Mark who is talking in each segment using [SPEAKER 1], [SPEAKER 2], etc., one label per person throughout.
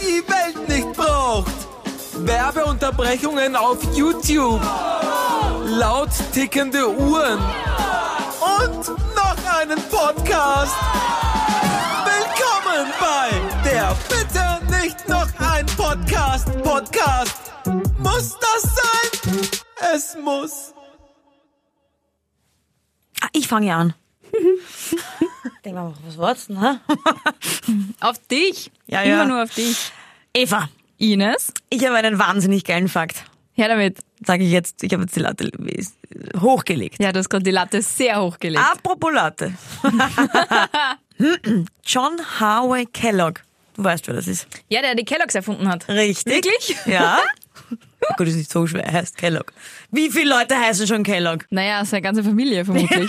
[SPEAKER 1] die Welt nicht braucht. Werbeunterbrechungen auf YouTube. Laut tickende Uhren. Und noch einen Podcast. Willkommen bei der Bitte nicht noch ein Podcast. Podcast. Muss das sein? Es muss.
[SPEAKER 2] Ah, ich fange ja an. Denk mal, was wollt's denn, hä?
[SPEAKER 3] Auf dich.
[SPEAKER 2] Ja,
[SPEAKER 3] Immer
[SPEAKER 2] ja.
[SPEAKER 3] nur auf dich.
[SPEAKER 2] Eva,
[SPEAKER 3] Ines?
[SPEAKER 2] ich habe einen wahnsinnig geilen Fakt.
[SPEAKER 3] Her damit.
[SPEAKER 2] Sage ich jetzt, ich habe jetzt die Latte äh, hochgelegt.
[SPEAKER 3] Ja, du hast gerade die Latte sehr hochgelegt.
[SPEAKER 2] Apropos Latte. John Harvey Kellogg. Du weißt, wer das ist.
[SPEAKER 3] Ah. Ja, der die Kelloggs erfunden hat.
[SPEAKER 2] Richtig.
[SPEAKER 3] Wirklich?
[SPEAKER 2] Ja. Oh Gott, ist nicht so schwer. Er heißt Kellogg. Wie viele Leute heißen schon Kellogg?
[SPEAKER 3] Naja, seine ganze Familie vermutlich.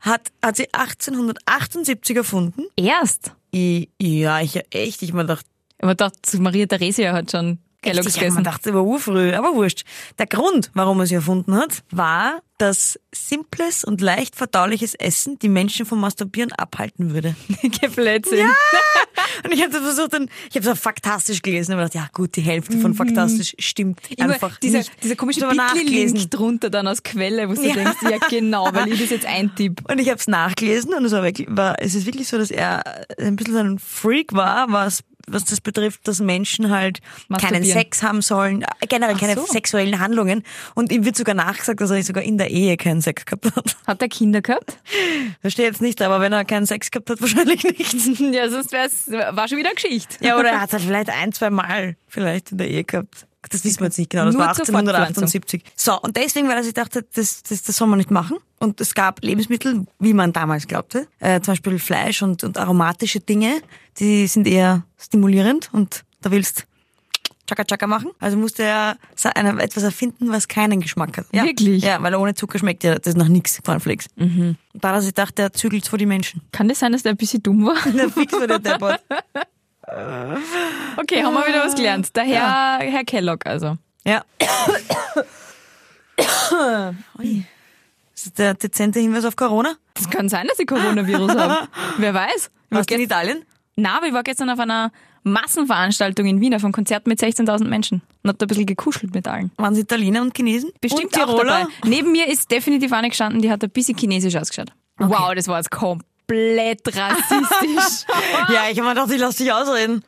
[SPEAKER 2] Hat, hat sie 1878 erfunden?
[SPEAKER 3] Erst.
[SPEAKER 2] I, ja, ich echt. Ich hab mir dachte,
[SPEAKER 3] Aber doch, zu Maria Theresia hat schon Kelloggs
[SPEAKER 2] ich hab mir
[SPEAKER 3] gegessen.
[SPEAKER 2] gedacht, über urfrüh, aber wurscht. Der Grund, warum er sie erfunden hat, war, dass simples und leicht verdauliches Essen die Menschen vom Masturbieren abhalten würde.
[SPEAKER 3] Geflätzig. Ja.
[SPEAKER 2] Und ich habe versucht, dann, ich habe so faktastisch gelesen und gedacht, ja gut, die Hälfte von faktastisch stimmt einfach
[SPEAKER 3] dieser,
[SPEAKER 2] nicht.
[SPEAKER 3] dieser komische
[SPEAKER 2] Ich hab aber
[SPEAKER 3] Bitly-Link drunter dann aus Quelle, wo du
[SPEAKER 2] Ja.
[SPEAKER 3] denkst, ja genau, weil ich das jetzt eintipp.
[SPEAKER 2] Und ich habe es nachgelesen und es war, wirklich, war es ist wirklich so, dass er ein bisschen so ein Freak war, was was das betrifft, dass Menschen halt keinen
[SPEAKER 3] Masturbieren.
[SPEAKER 2] Sex haben sollen, äh, generell
[SPEAKER 3] Ach
[SPEAKER 2] keine
[SPEAKER 3] so.
[SPEAKER 2] sexuellen Handlungen. Und ihm wird sogar nachgesagt, dass er sogar in der Ehe keinen Sex gehabt hat.
[SPEAKER 3] Hat er Kinder gehabt?
[SPEAKER 2] Verstehe jetzt nicht, aber wenn er keinen Sex gehabt hat, wahrscheinlich nicht.
[SPEAKER 3] ja, sonst wär's, war schon wieder eine Geschichte.
[SPEAKER 2] Ja, oder er hat halt vielleicht ein, zwei Mal vielleicht in der Ehe gehabt. Das wissen wir jetzt nicht genau. Das
[SPEAKER 3] Nur
[SPEAKER 2] war
[SPEAKER 3] zur Fortpflanzung.
[SPEAKER 2] 1878. So, und deswegen, weil er sich dachte, das, das, das soll man nicht machen. Und es gab Lebensmittel, wie man damals glaubte, äh, zum Beispiel Fleisch und, und aromatische Dinge, die sind eher stimulierend und da willst Chaka Chaka machen. Also musste er sa- einer- etwas erfinden, was keinen Geschmack hat. Ja.
[SPEAKER 3] Wirklich?
[SPEAKER 2] Ja, weil ohne Zucker schmeckt ja das nach nichts, Cornflakes. Mhm. Und da hat er sich gedacht, der zügelt vor die Menschen.
[SPEAKER 3] Kann das sein, dass der ein bisschen dumm war?
[SPEAKER 2] Der fix war der Deppert.
[SPEAKER 3] Okay, haben wir wieder was gelernt. Der Herr, Herr Kellogg also.
[SPEAKER 2] Ja. Ui. Ist das der dezente Hinweis auf Corona?
[SPEAKER 3] Es kann sein, dass ich Coronavirus habe. Wer weiß? Ich war
[SPEAKER 2] Warst du in
[SPEAKER 3] gest-
[SPEAKER 2] Italien?
[SPEAKER 3] Na, aber ich war gestern auf einer Massenveranstaltung in Wien, auf einem Konzert mit 16.000 Menschen und hab da ein bisschen gekuschelt mit allen.
[SPEAKER 2] Waren es Italiener und Chinesen?
[SPEAKER 3] Bestimmt
[SPEAKER 2] und Tiroler?
[SPEAKER 3] auch dabei. Neben mir ist definitiv eine gestanden, die hat ein bisschen chinesisch ausgeschaut. Wow, das war jetzt komplett rassistisch.
[SPEAKER 2] Ja, ich habe mir gedacht, ich lasse dich ausreden.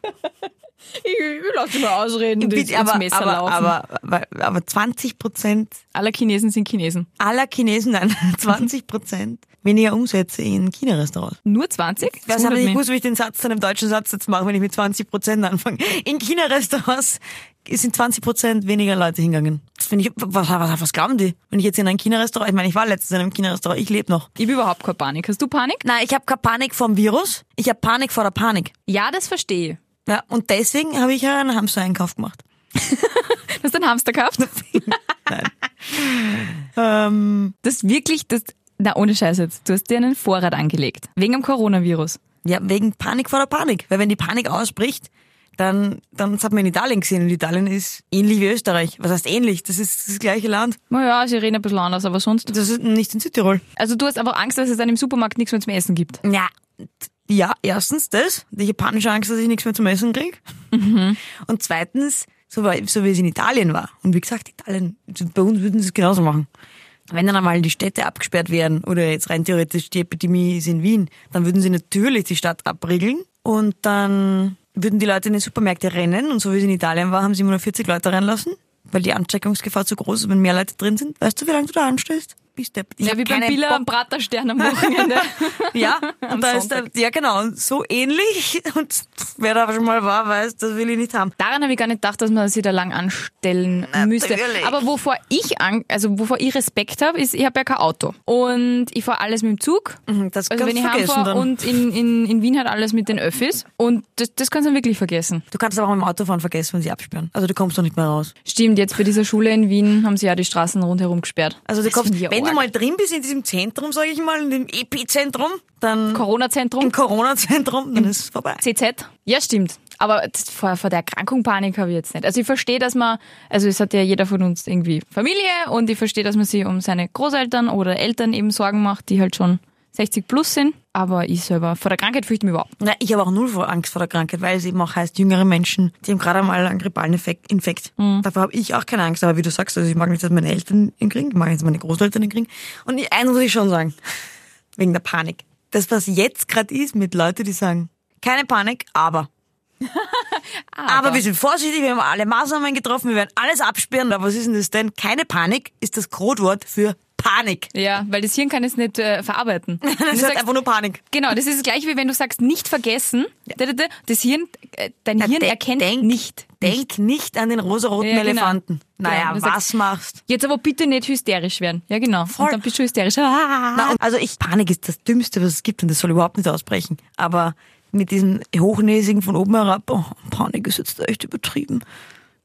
[SPEAKER 3] ich, ich lass dich mal ausreden, das
[SPEAKER 2] Bitte,
[SPEAKER 3] ins
[SPEAKER 2] aber,
[SPEAKER 3] Messer
[SPEAKER 2] aber,
[SPEAKER 3] laufen.
[SPEAKER 2] aber, aber, aber 20 Prozent
[SPEAKER 3] Alle Chinesen sind Chinesen.
[SPEAKER 2] aller Chinesen, nein, 20 Prozent weniger Umsätze in China-Restaurants.
[SPEAKER 3] Nur 20?
[SPEAKER 2] Ich weiß
[SPEAKER 3] Das
[SPEAKER 2] aber
[SPEAKER 3] wundert
[SPEAKER 2] nicht,
[SPEAKER 3] mich.
[SPEAKER 2] muss, wie ich den Satz dann im deutschen Satz jetzt mache, wenn ich mit 20 Prozent anfange. In China-Restaurants sind 20 Prozent weniger Leute hingegangen. Das finde ich, was, was, was glauben die? Wenn ich jetzt in ein China-Restaurant, ich meine, ich war letztens in einem China-Restaurant, ich lebe noch.
[SPEAKER 3] Ich habe überhaupt keine Panik. Hast du Panik?
[SPEAKER 2] Nein, ich habe keine Panik vom Virus, ich habe Panik vor der Panik.
[SPEAKER 3] Ja, das verstehe ich.
[SPEAKER 2] Ja, und deswegen habe ich ja einen Hamster-Einkauf gemacht.
[SPEAKER 3] Hast du einen Hamster gehabt?
[SPEAKER 2] Ähm,
[SPEAKER 3] Das ist wirklich, das, na ohne Scheiß jetzt, du hast dir einen Vorrat angelegt. Wegen dem Coronavirus.
[SPEAKER 2] ja, wegen Panik vor der Panik. Weil wenn die Panik ausbricht, dann, dann das hat man in Italien gesehen. Und Italien ist ähnlich wie Österreich. Was heißt ähnlich? Das ist das gleiche Land.
[SPEAKER 3] Naja, sie reden ein bisschen anders, aber sonst.
[SPEAKER 2] Das ist nicht in Südtirol.
[SPEAKER 3] Also du hast aber Angst, dass es dann im Supermarkt nichts mehr zum Essen gibt.
[SPEAKER 2] Ja, ja, erstens das, die japanische Angst, dass ich nichts mehr zum Essen krieg.
[SPEAKER 3] Mhm.
[SPEAKER 2] Und zweitens, so, war- so wie es in Italien war. Und wie gesagt, Italien, bei uns würden sie es genauso machen. Wenn dann einmal die Städte abgesperrt werden oder jetzt rein theoretisch die Epidemie ist in Wien, dann würden sie natürlich die Stadt abriegeln und dann würden die Leute in die Supermärkte rennen und so wie es in Italien war, haben sie immer nur 40 Leute reinlassen, weil die Ansteckungsgefahr zu groß ist, wenn mehr Leute drin sind. Weißt du, wie lange du da anstehst? Bist du?
[SPEAKER 3] ja, wie beim Billa am Praterstern am Wochenende.
[SPEAKER 2] ja,
[SPEAKER 3] Am
[SPEAKER 2] und da ist der,
[SPEAKER 3] Sonntag.
[SPEAKER 2] ja genau, und so ähnlich. Und wer da schon mal war, weiß, das will ich nicht haben.
[SPEAKER 3] Daran habe ich gar nicht gedacht, dass man sich da lang anstellen müsste.
[SPEAKER 2] Natürlich.
[SPEAKER 3] Aber wovor ich an, also wovor ich Respekt habe, ist, ich habe ja kein Auto. Und ich fahre alles mit dem Zug.
[SPEAKER 2] Mhm, das
[SPEAKER 3] also wenn
[SPEAKER 2] kannst
[SPEAKER 3] ich
[SPEAKER 2] du vergessen
[SPEAKER 3] heimfahre
[SPEAKER 2] dann.
[SPEAKER 3] und in, in, in Wien halt alles mit den Öffis. Und das, das kannst du dann wirklich vergessen.
[SPEAKER 2] Du kannst aber auch im Autofahren vergessen, wenn sie absperren. Also du kommst doch nicht mehr raus.
[SPEAKER 3] Stimmt, jetzt bei dieser Schule in Wien haben sie ja die Straßen rundherum gesperrt.
[SPEAKER 2] Also du
[SPEAKER 3] Das
[SPEAKER 2] kommst,
[SPEAKER 3] finde ich ja
[SPEAKER 2] wenn du
[SPEAKER 3] arg.
[SPEAKER 2] mal drin bist in diesem Zentrum, sage ich mal, in dem Epizentrum, dann im
[SPEAKER 3] Corona-Zentrum,
[SPEAKER 2] Corona-Zentrum, dann ist es vorbei.
[SPEAKER 3] CZ. Ja, stimmt. Aber das, vor, vor der Erkrankung Panik habe ich jetzt nicht. Also ich verstehe, dass man, also es hat ja jeder von uns irgendwie Familie und ich verstehe, dass man sich um seine Großeltern oder Eltern eben Sorgen macht, die halt schon 60 plus sind. aber ich selber, vor der Krankheit fürchte ich mich überhaupt.
[SPEAKER 2] Na, ich habe auch null vor Angst vor der Krankheit, weil es eben auch heißt, jüngere Menschen, die haben gerade mal einen grippalen Effekt, Infekt.
[SPEAKER 3] Mhm.
[SPEAKER 2] Davor habe ich auch keine Angst, aber wie du sagst, also ich mag nicht, dass meine Eltern ihn kriegen, ich mag nicht, dass meine Großeltern ihn kriegen. Und ich- eins muss ich schon sagen, wegen der Panik. Das, was jetzt gerade ist mit Leuten, die sagen, keine Panik, aber. aber. wir sind vorsichtig, wir haben alle Maßnahmen getroffen, wir werden alles absperren. Aber was ist denn das denn? Keine Panik ist das Codewort für Panik.
[SPEAKER 3] Ja, weil das Hirn kann es nicht äh, verarbeiten. Wenn
[SPEAKER 2] Das
[SPEAKER 3] du
[SPEAKER 2] ist
[SPEAKER 3] sagst,
[SPEAKER 2] einfach nur Panik.
[SPEAKER 3] genau, das ist das gleiche wie wenn du sagst, nicht vergessen. Da, da, da, Das Hirn, äh, dein Hirn
[SPEAKER 2] de-
[SPEAKER 3] erkennt
[SPEAKER 2] denk,
[SPEAKER 3] nicht.
[SPEAKER 2] Denk nicht an den rosaroten
[SPEAKER 3] Ja, genau.
[SPEAKER 2] Elefanten. Naja,
[SPEAKER 3] Genau, du
[SPEAKER 2] was
[SPEAKER 3] sagst-
[SPEAKER 2] machst?
[SPEAKER 3] Jetzt aber bitte nicht hysterisch werden. Ja, genau.
[SPEAKER 2] Voll.
[SPEAKER 3] Und dann bist du hysterisch. Ah.
[SPEAKER 2] Na, und- also ich, Panik ist das Dümmste, was es gibt und das soll überhaupt nicht ausbrechen. Aber mit diesem Hochnäsigen von oben herab, oh, Panik ist jetzt echt übertrieben.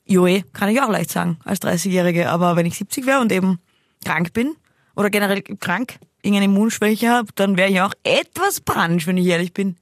[SPEAKER 2] Joe, kann ich auch leicht sagen, als 30-Jährige. Aber wenn ich 70 wäre und eben krank bin oder generell krank, irgendeine Immunschwäche habe, dann wäre ich auch etwas panisch, wenn ich ehrlich bin.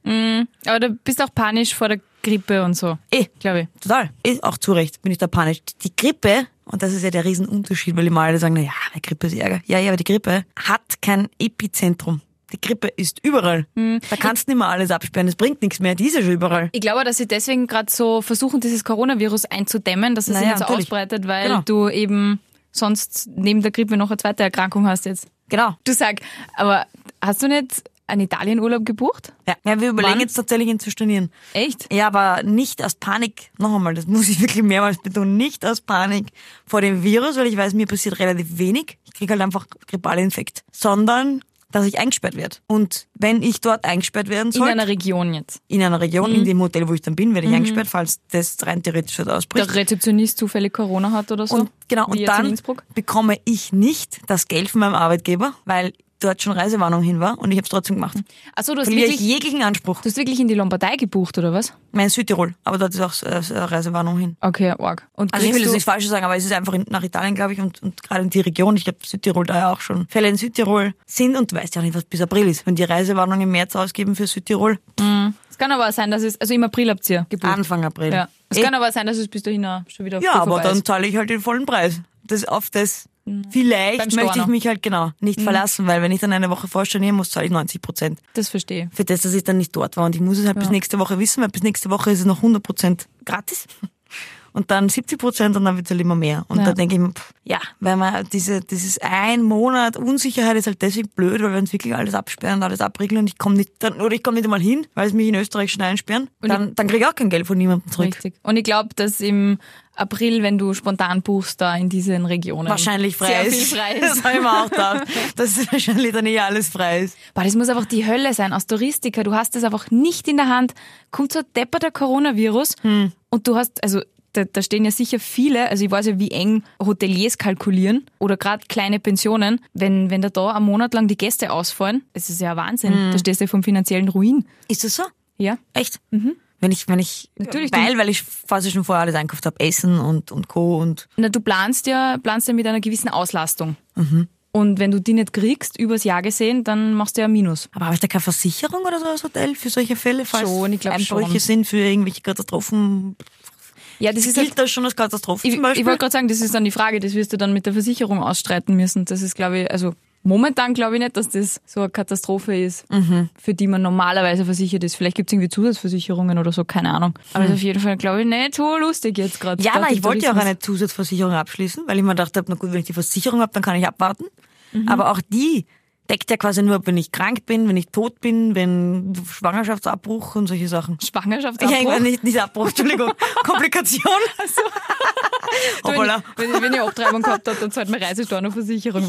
[SPEAKER 3] Aber du bist auch panisch vor der Grippe und so.
[SPEAKER 2] Eh,
[SPEAKER 3] Glaube ich.
[SPEAKER 2] Total. Ich, auch zu Recht bin ich da panisch. Die Grippe, und das ist ja der Riesenunterschied, weil immer alle sagen, na ja, die Grippe ist Ärger. Ja, ja, aber die Grippe hat kein Epizentrum. Die Grippe ist überall. Da kannst du nicht mehr alles absperren. Das bringt nichts mehr. Die ist ja schon überall.
[SPEAKER 3] Ich glaube, dass sie deswegen gerade so versuchen, dieses Coronavirus einzudämmen, dass es
[SPEAKER 2] Naja,
[SPEAKER 3] sich nicht so
[SPEAKER 2] natürlich.
[SPEAKER 3] ausbreitet, weil
[SPEAKER 2] Genau.
[SPEAKER 3] du eben sonst neben der Grippe noch eine zweite Erkrankung hast jetzt.
[SPEAKER 2] Genau.
[SPEAKER 3] Du sag, aber hast du nicht einen Italienurlaub gebucht?
[SPEAKER 2] Ja, ja wir überlegen
[SPEAKER 3] Wann?
[SPEAKER 2] jetzt tatsächlich, ihn zu stornieren.
[SPEAKER 3] Echt?
[SPEAKER 2] Ja, aber nicht aus Panik, noch einmal, das muss ich wirklich mehrmals betonen, nicht aus Panik vor dem Virus, weil ich weiß, mir passiert relativ wenig. Ich kriege halt einfach grippale Infekt, sondern dass ich eingesperrt werde. Und wenn ich dort eingesperrt werden
[SPEAKER 3] In
[SPEAKER 2] soll,
[SPEAKER 3] einer Region jetzt.
[SPEAKER 2] in einer Region,
[SPEAKER 3] Mhm.
[SPEAKER 2] in dem Hotel, wo ich dann bin, werde ich eingesperrt, falls das rein theoretisch halt ausbricht.
[SPEAKER 3] Der Rezeptionist zufällig Corona hat oder so.
[SPEAKER 2] und, genau,
[SPEAKER 3] Wie
[SPEAKER 2] und
[SPEAKER 3] jetzt in
[SPEAKER 2] dann
[SPEAKER 3] Innsbruck.
[SPEAKER 2] bekomme ich nicht das Geld von meinem Arbeitgeber, weil dort schon Reisewarnung hin war und ich habe es trotzdem gemacht.
[SPEAKER 3] Achso, Mhm. du hast
[SPEAKER 2] Verliere ich
[SPEAKER 3] wirklich,
[SPEAKER 2] jeglichen Anspruch.
[SPEAKER 3] du hast wirklich in die Lombardei gebucht, oder was?
[SPEAKER 2] Mein Südtirol, aber dort ist auch äh, Reisewarnung hin.
[SPEAKER 3] Okay, arg. Und
[SPEAKER 2] Also ich will
[SPEAKER 3] kriegst
[SPEAKER 2] jetzt
[SPEAKER 3] du-
[SPEAKER 2] nicht falsch sagen, aber es ist einfach in, nach Italien, glaube ich, und, und gerade in die Region, ich glaube Südtirol da ja auch schon Fälle in Südtirol sind und du weißt ja auch nicht, was bis April ist. Wenn die Reisewarnung im März ausgeben für Südtirol,
[SPEAKER 3] Es kann aber auch sein, dass es, also im April habt ihr gebucht.
[SPEAKER 2] Anfang April.
[SPEAKER 3] Ja. Es
[SPEAKER 2] Eh,
[SPEAKER 3] kann aber auch sein, dass es bis dahin auch schon wieder
[SPEAKER 2] Ja,
[SPEAKER 3] voll
[SPEAKER 2] aber
[SPEAKER 3] vorbei
[SPEAKER 2] dann
[SPEAKER 3] ist.
[SPEAKER 2] zahle ich halt den vollen Preis. Das auf das
[SPEAKER 3] Mhm. Beim Mhm.
[SPEAKER 2] vielleicht
[SPEAKER 3] Storno.
[SPEAKER 2] möchte ich mich halt genau nicht verlassen, weil wenn ich dann eine Woche vorstellen muss, zahle ich 90 Prozent.
[SPEAKER 3] Das verstehe ich.
[SPEAKER 2] Für das, dass ich dann nicht dort war. Und ich muss es halt bis nächste Woche wissen, weil bis nächste Woche ist es noch 100 Prozent gratis. Und dann 70 Prozent und dann wird es halt immer mehr. Und
[SPEAKER 3] Ja.
[SPEAKER 2] da denke ich mir, pff, ja, weil man diese, dieses ein Monat Unsicherheit ist halt deswegen blöd, weil wir uns wirklich alles absperren und alles abriegeln und ich komme nicht, dann, oder ich komme nicht einmal hin, weil es mich in Österreich schon einsperren,
[SPEAKER 3] Und
[SPEAKER 2] dann, dann kriege ich auch kein Geld von niemandem zurück.
[SPEAKER 3] Richtig. Und ich glaube, dass im April, wenn du spontan buchst, da in diesen Regionen
[SPEAKER 2] wahrscheinlich Ähm, frei
[SPEAKER 3] sehr
[SPEAKER 2] ist.
[SPEAKER 3] viel frei
[SPEAKER 2] Das
[SPEAKER 3] ist.
[SPEAKER 2] haben wir auch gedacht, dass es wahrscheinlich dann eh alles frei ist.
[SPEAKER 3] Boah, das muss einfach die Hölle sein als Touristiker. Du hast das einfach nicht in der Hand. Kommt so ein depperter Coronavirus
[SPEAKER 2] Hm.
[SPEAKER 3] und du hast, also da, da stehen ja sicher viele, also ich weiß ja, wie eng Hoteliers kalkulieren oder gerade kleine Pensionen. Wenn, wenn da da einen Monat lang die Gäste ausfallen, das ist ja Wahnsinn.
[SPEAKER 2] Hm.
[SPEAKER 3] Da stehst du vom finanziellen Ruin.
[SPEAKER 2] Ist das so?
[SPEAKER 3] Ja.
[SPEAKER 2] Echt? Wenn ich, wenn ich,
[SPEAKER 3] Natürlich,
[SPEAKER 2] weil, weil ich quasi schon vorher alles einkauft habe, Essen und, und Co. und
[SPEAKER 3] Na, du planst ja, planst ja mit einer gewissen Auslastung. Und wenn du die nicht kriegst, übers Jahr gesehen, dann machst du ja Minus.
[SPEAKER 2] aber habe ich da keine Versicherung oder so als Hotel für solche Fälle, falls
[SPEAKER 3] Schon, ich glaub
[SPEAKER 2] Einbrüche
[SPEAKER 3] schon.
[SPEAKER 2] sind für irgendwelche Katastrophen?
[SPEAKER 3] Ja, das ist halt,
[SPEAKER 2] Gilt das schon als Katastrophe
[SPEAKER 3] ich,
[SPEAKER 2] zum
[SPEAKER 3] ich
[SPEAKER 2] Beispiel?
[SPEAKER 3] wollte gerade sagen, das ist dann die Frage, das wirst du dann mit der Versicherung ausstreiten müssen. Das ist, glaube ich, also momentan glaube ich nicht, dass das so eine Katastrophe ist, für die man normalerweise versichert ist. Vielleicht gibt es irgendwie Zusatzversicherungen oder so, keine Ahnung. Aber das ist auf jeden Fall, glaube ich, nicht so lustig jetzt gerade.
[SPEAKER 2] ja,
[SPEAKER 3] Gerade
[SPEAKER 2] nein,
[SPEAKER 3] der
[SPEAKER 2] ich wollte ja auch
[SPEAKER 3] Tourismus.
[SPEAKER 2] eine Zusatzversicherung abschließen, weil ich mir gedacht habe, na gut, wenn ich die Versicherung habe, dann kann ich abwarten. Aber auch die deckt ja quasi nur, ab, wenn ich krank bin, wenn ich tot bin, wenn Schwangerschaftsabbruch und solche Sachen. Ja, ich
[SPEAKER 3] Schwangerschaftsabbruch.
[SPEAKER 2] meine, nicht, nicht Abbruch, Entschuldigung. Komplikation.
[SPEAKER 3] Du, wenn,
[SPEAKER 2] Hoppala.
[SPEAKER 3] wenn, wenn ihr Abtreibung gehabt habt, dann zahlt man Reisestornoversicherung.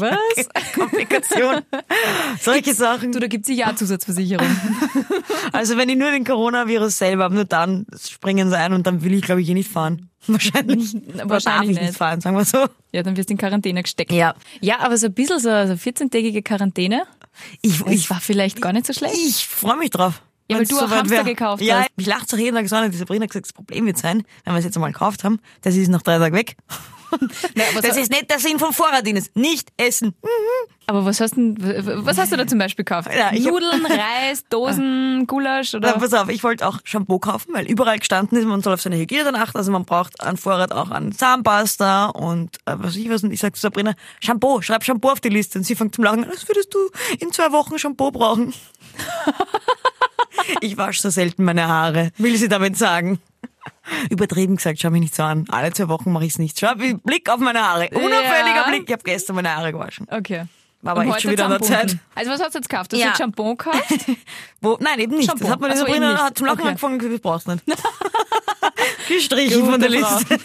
[SPEAKER 3] Was?
[SPEAKER 2] Komplikation. Solche
[SPEAKER 3] Du,
[SPEAKER 2] Sachen.
[SPEAKER 3] da gibt's sicher auch Zusatzversicherung.
[SPEAKER 2] Also wenn ich nur den Coronavirus selber habe, nur dann springen sie ein und dann will ich, glaube ich, eh nicht fahren. Wahrscheinlich.
[SPEAKER 3] Na,
[SPEAKER 2] Oder darf ich
[SPEAKER 3] wahrscheinlich
[SPEAKER 2] nicht.
[SPEAKER 3] nicht.
[SPEAKER 2] fahren, sagen wir so.
[SPEAKER 3] Ja, dann wirst du in Quarantäne gesteckt.
[SPEAKER 2] Ja.
[SPEAKER 3] Ja, aber so ein bisschen so, so 14-tägige Quarantäne,
[SPEAKER 2] Ich,
[SPEAKER 3] das
[SPEAKER 2] Oh, ich,
[SPEAKER 3] war vielleicht gar nicht so schlecht.
[SPEAKER 2] ich freue mich drauf.
[SPEAKER 3] Ja, weil
[SPEAKER 2] wenn's
[SPEAKER 3] du auch
[SPEAKER 2] soweit
[SPEAKER 3] Hamster
[SPEAKER 2] wär.
[SPEAKER 3] gekauft
[SPEAKER 2] ja,
[SPEAKER 3] hast.
[SPEAKER 2] ich lache auch jeden Tag so an, die Sabrina hat gesagt, das Problem wird sein, wenn wir es jetzt einmal gekauft haben, das ist nach drei Tagen weg.
[SPEAKER 3] aber
[SPEAKER 2] das
[SPEAKER 3] so-
[SPEAKER 2] ist nicht der Sinn vom Vorrat, Ines. Nicht essen.
[SPEAKER 3] Aber was hast, denn, w- was hast du da zum Beispiel gekauft?
[SPEAKER 2] Ja, ich hab- Ah.
[SPEAKER 3] Nudeln, Reis, Dosen, Gulasch
[SPEAKER 2] Na,
[SPEAKER 3] oder?
[SPEAKER 2] pass auf, ich wollte auch Shampoo kaufen, weil überall gestanden ist, man soll auf seine Hygiene dann achten. Also man braucht einen Vorrat auch an Zahnpasta und äh, was weiß ich was. Und ich sage zu Sabrina, Shampoo, schreib Shampoo auf die Liste. Und sie fängt zum Lachen an, als würdest du in zwei Wochen Shampoo brauchen. ich wasche so selten meine Haare, will sie damit sagen. Übertrieben gesagt, schau mich nicht so an. Alle zwei Wochen mache ich es nicht. Schau, Blick auf meine Haare. Unauffälliger
[SPEAKER 3] Ja.
[SPEAKER 2] Blick. Ich habe gestern meine Haare gewaschen.
[SPEAKER 3] Okay.
[SPEAKER 2] War aber
[SPEAKER 3] Und
[SPEAKER 2] echt
[SPEAKER 3] heute
[SPEAKER 2] schon wieder an der Zeit.
[SPEAKER 3] Zahnpumpen. Also was hast du jetzt gekauft? Du hast
[SPEAKER 2] Ja.
[SPEAKER 3] jetzt Shampoo gekauft?
[SPEAKER 2] Wo, nein, eben nicht.
[SPEAKER 3] Shampoo.
[SPEAKER 2] Das hat mir die
[SPEAKER 3] Ach so,
[SPEAKER 2] Sabrina
[SPEAKER 3] eben nicht.
[SPEAKER 2] hat zum Lachen
[SPEAKER 3] Okay.
[SPEAKER 2] angefangen, und gesagt, ich brauch's nicht. Gestrichen von der
[SPEAKER 3] Gute Frau.
[SPEAKER 2] Liste.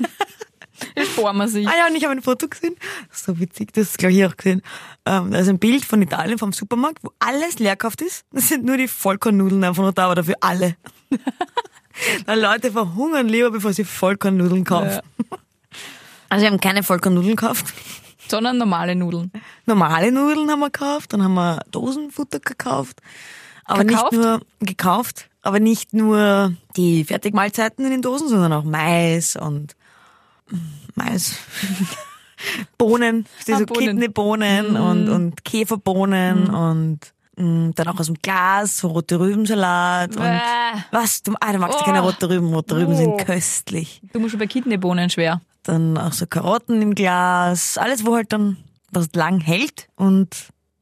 [SPEAKER 3] Ich bohr mir sich.
[SPEAKER 2] Ah ja, und ich habe ein Foto gesehen. So witzig, das ist, glaube ich, auch gesehen. Ähm, da ist ein Bild von Italien, vom Supermarkt, wo alles leer gekauft ist. Das sind nur die Vollkornnudeln einfach nur da, aber dafür alle. Na, Leute verhungern lieber, bevor sie Vollkornnudeln kaufen. Also wir haben keine Vollkornnudeln gekauft.
[SPEAKER 3] Sondern normale Nudeln.
[SPEAKER 2] normale Nudeln haben wir gekauft, dann haben wir Dosenfutter gekauft. Aber
[SPEAKER 3] Gekauft?
[SPEAKER 2] nicht nur gekauft, aber nicht nur die Fertigmahlzeiten in den Dosen, sondern auch Mais und mm, Mais. Bohnen, die
[SPEAKER 3] Ah,
[SPEAKER 2] so
[SPEAKER 3] Bohnen. Mhm.
[SPEAKER 2] Kidneybohnen und, und Käferbohnen und mm, dann auch aus dem Glas, so rote Rübensalat und
[SPEAKER 3] Bäh.
[SPEAKER 2] was? Du, ah, du magst keine
[SPEAKER 3] Oh.
[SPEAKER 2] rote Rüben, rote Rüben
[SPEAKER 3] Oh.
[SPEAKER 2] sind köstlich.
[SPEAKER 3] Du musst schon bei Kidneybohnen schwer.
[SPEAKER 2] Dann auch so Karotten im Glas, alles, wo halt dann was lang hält. Und,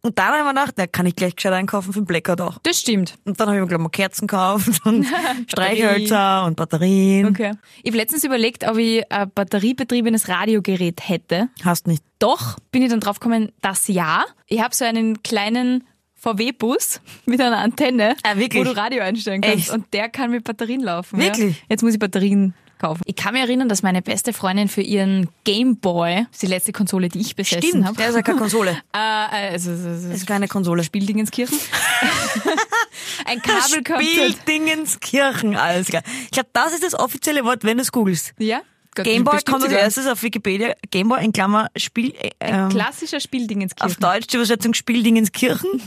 [SPEAKER 2] und dann haben wir gedacht, da kann ich gleich gescheit einkaufen für den Blackout auch.
[SPEAKER 3] Das stimmt.
[SPEAKER 2] Und dann habe ich mir gleich mal Kerzen gekauft und Streichhölzer und Batterien.
[SPEAKER 3] Okay. Ich habe letztens überlegt, ob ich ein batteriebetriebenes Radiogerät hätte.
[SPEAKER 2] Hast nicht.
[SPEAKER 3] Doch bin ich dann draufgekommen, das ja. Ich habe so einen kleinen VW-Bus mit einer Antenne,
[SPEAKER 2] Ah, wirklich?
[SPEAKER 3] wo du Radio einstellen kannst.
[SPEAKER 2] Echt?
[SPEAKER 3] Und der kann mit Batterien laufen.
[SPEAKER 2] Wirklich?
[SPEAKER 3] Ja. Jetzt muss ich Batterien kaufen. Ich kann mich erinnern, dass meine beste Freundin für ihren Game Boy, das ist die letzte Konsole, die ich besessen
[SPEAKER 2] Stimmt,
[SPEAKER 3] habe,
[SPEAKER 2] der ist ja keine Konsole.
[SPEAKER 3] äh, also, also, also,
[SPEAKER 2] Das ist keine Konsole.
[SPEAKER 3] Spieldingenskirchen, ein Kabel kommt. halt.
[SPEAKER 2] Spieldingenskirchen, alles klar. Ich glaube, das ist das offizielle Wort, wenn du es googelst.
[SPEAKER 3] Ja? Gott,
[SPEAKER 2] Gameboy
[SPEAKER 3] bestimmt
[SPEAKER 2] kommt als
[SPEAKER 3] sogar.
[SPEAKER 2] erstes auf Wikipedia. Gameboy in Klammer Spiel... Äh, ähm,
[SPEAKER 3] Klassischer Spieldingenskirchen.
[SPEAKER 2] auf Deutsch die Übersetzung Spieldingenskirchen.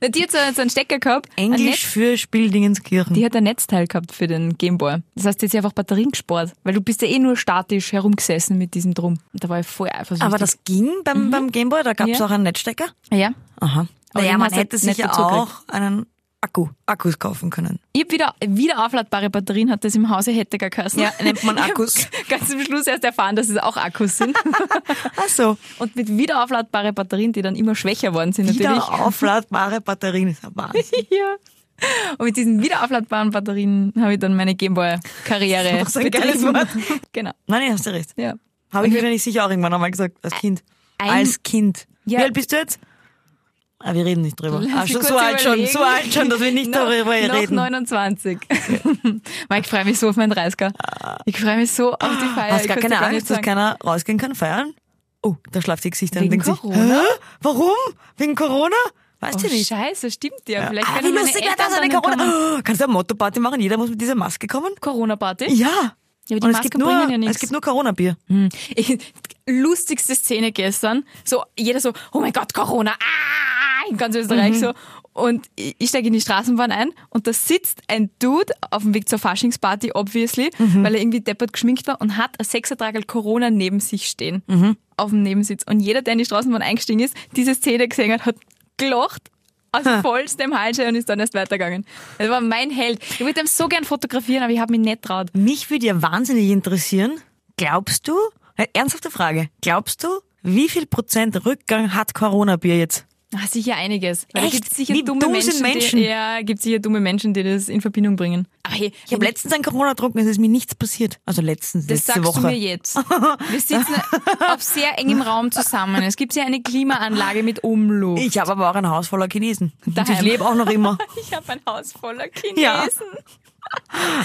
[SPEAKER 3] Na, die hat so so einen Stecker gehabt. ein
[SPEAKER 2] Englisch für Spieldingenskirchen.
[SPEAKER 3] Die hat ein Netzteil gehabt für den Gameboy. Das heißt, die hat sich einfach Batterien gespart, weil du bist ja eh nur statisch herumgesessen mit diesem Drum. Und da war ich voll eifersüchtig.
[SPEAKER 2] Aber das ging beim, beim Gameboy, da gab es
[SPEAKER 3] Ja.
[SPEAKER 2] auch einen Netzstecker.
[SPEAKER 3] ja.
[SPEAKER 2] Mhm. Aha.
[SPEAKER 3] Aber
[SPEAKER 2] naja,
[SPEAKER 3] den
[SPEAKER 2] man
[SPEAKER 3] hast du
[SPEAKER 2] hätte
[SPEAKER 3] nicht
[SPEAKER 2] sich ja
[SPEAKER 3] dazu
[SPEAKER 2] auch einen Akku, Akkus kaufen können.
[SPEAKER 3] Ich hab wieder, wieder aufladbare Batterien hat das im Hause hätte gar geheißen.
[SPEAKER 2] Ja, nennt man Akkus.
[SPEAKER 3] Ganz zum Schluss erst erfahren, dass es auch Akkus sind.
[SPEAKER 2] Ach so.
[SPEAKER 3] Und mit wieder aufladbare Batterien, die dann immer schwächer worden sind natürlich.
[SPEAKER 2] Wieder aufladbare Batterien. Das ist ein Wahnsinn.
[SPEAKER 3] Ja. Und mit diesen wieder aufladbaren Batterien habe ich dann meine Gameboy-Karriere.
[SPEAKER 2] Das ist ein geiles
[SPEAKER 3] betrieben. Genau.
[SPEAKER 2] Nein, nee, hast du recht.
[SPEAKER 3] Ja.
[SPEAKER 2] Habe ich wieder nicht sicher auch irgendwann einmal gesagt, als Kind.
[SPEAKER 3] Ein-
[SPEAKER 2] als Kind.
[SPEAKER 3] Ja.
[SPEAKER 2] Wie alt bist du jetzt? Ah, wir reden nicht drüber.
[SPEAKER 3] Lass
[SPEAKER 2] Ah,
[SPEAKER 3] mich
[SPEAKER 2] schon,
[SPEAKER 3] kurz
[SPEAKER 2] so alt schon,
[SPEAKER 3] überlegen.
[SPEAKER 2] so alt schon, dass wir nicht
[SPEAKER 3] Noch-
[SPEAKER 2] darüber reden.
[SPEAKER 3] Noch 29. Mike, ich freue mich so auf meinen 30er. Ich freue mich so auf die Feier.
[SPEAKER 2] Hast
[SPEAKER 3] Ich
[SPEAKER 2] gar keine
[SPEAKER 3] kann's dir gar
[SPEAKER 2] Angst,
[SPEAKER 3] nicht
[SPEAKER 2] dass
[SPEAKER 3] sagen.
[SPEAKER 2] keiner rausgehen kann, feiern? Oh, da schlaft die Gesichter
[SPEAKER 3] Wegen
[SPEAKER 2] und denkt sich,
[SPEAKER 3] Corona?
[SPEAKER 2] Hä? warum? Wegen Corona? Weißt du
[SPEAKER 3] Oh,
[SPEAKER 2] nicht?
[SPEAKER 3] scheiße, stimmt ja. Vielleicht
[SPEAKER 2] ah,
[SPEAKER 3] können
[SPEAKER 2] wie
[SPEAKER 3] meine
[SPEAKER 2] lustig wäre
[SPEAKER 3] Eltern
[SPEAKER 2] das eine
[SPEAKER 3] dann kommen.
[SPEAKER 2] Corona? Oh, kannst du eine Motto-Party machen? Jeder muss mit dieser Maske kommen?
[SPEAKER 3] Corona-Party?
[SPEAKER 2] Ja.
[SPEAKER 3] Ja, aber die
[SPEAKER 2] und es
[SPEAKER 3] Masken
[SPEAKER 2] gibt nur,
[SPEAKER 3] bringen ja nichts.
[SPEAKER 2] Es gibt nur Corona-Bier.
[SPEAKER 3] Hm. Ich- Lustigste Szene gestern. So, jeder so, oh mein Gott, Corona. Ah! In ganz Österreich so. Und ich ich steige in die Straßenbahn ein und da sitzt ein Dude auf dem Weg zur Faschingsparty, obviously, weil er irgendwie deppert geschminkt war und hat ein Sechsertragel Corona neben sich stehen. Auf dem Nebensitz. Und jeder, der in die Straßenbahn eingestiegen ist, diese Szene gesehen hat, hat gelacht. Aus vollstem Halsschei und ist dann erst weitergegangen. Das war mein Held. Ich würde ihm so gern fotografieren, aber ich habe mich nicht traut.
[SPEAKER 2] Mich würde ja wahnsinnig interessieren, glaubst du, äh, ernsthafte Frage, glaubst du, wie viel Prozent Rückgang hat Corona-Bier jetzt?
[SPEAKER 3] Ah, sicher einiges. Weil
[SPEAKER 2] Echt?
[SPEAKER 3] Da gibt's sicher
[SPEAKER 2] Wie
[SPEAKER 3] dumme
[SPEAKER 2] dumm
[SPEAKER 3] Menschen,
[SPEAKER 2] sind Menschen?
[SPEAKER 3] Die, ja, gibt sicher dumme Menschen, die das in Verbindung bringen. Aber hey,
[SPEAKER 2] Ich habe letztens an Corona getrunken, es ist mir nichts passiert. Also letztens,
[SPEAKER 3] das
[SPEAKER 2] letzte
[SPEAKER 3] sagst
[SPEAKER 2] Woche.
[SPEAKER 3] du mir jetzt. Wir sitzen auf sehr engem Raum zusammen. Es gibt ja eine Klimaanlage mit Umluft.
[SPEAKER 2] ich habe aber auch ein Haus voller Chinesen. Und ich
[SPEAKER 3] Daheim.
[SPEAKER 2] lebe auch noch immer.
[SPEAKER 3] Ich habe ein Haus voller Chinesen.
[SPEAKER 2] Ja.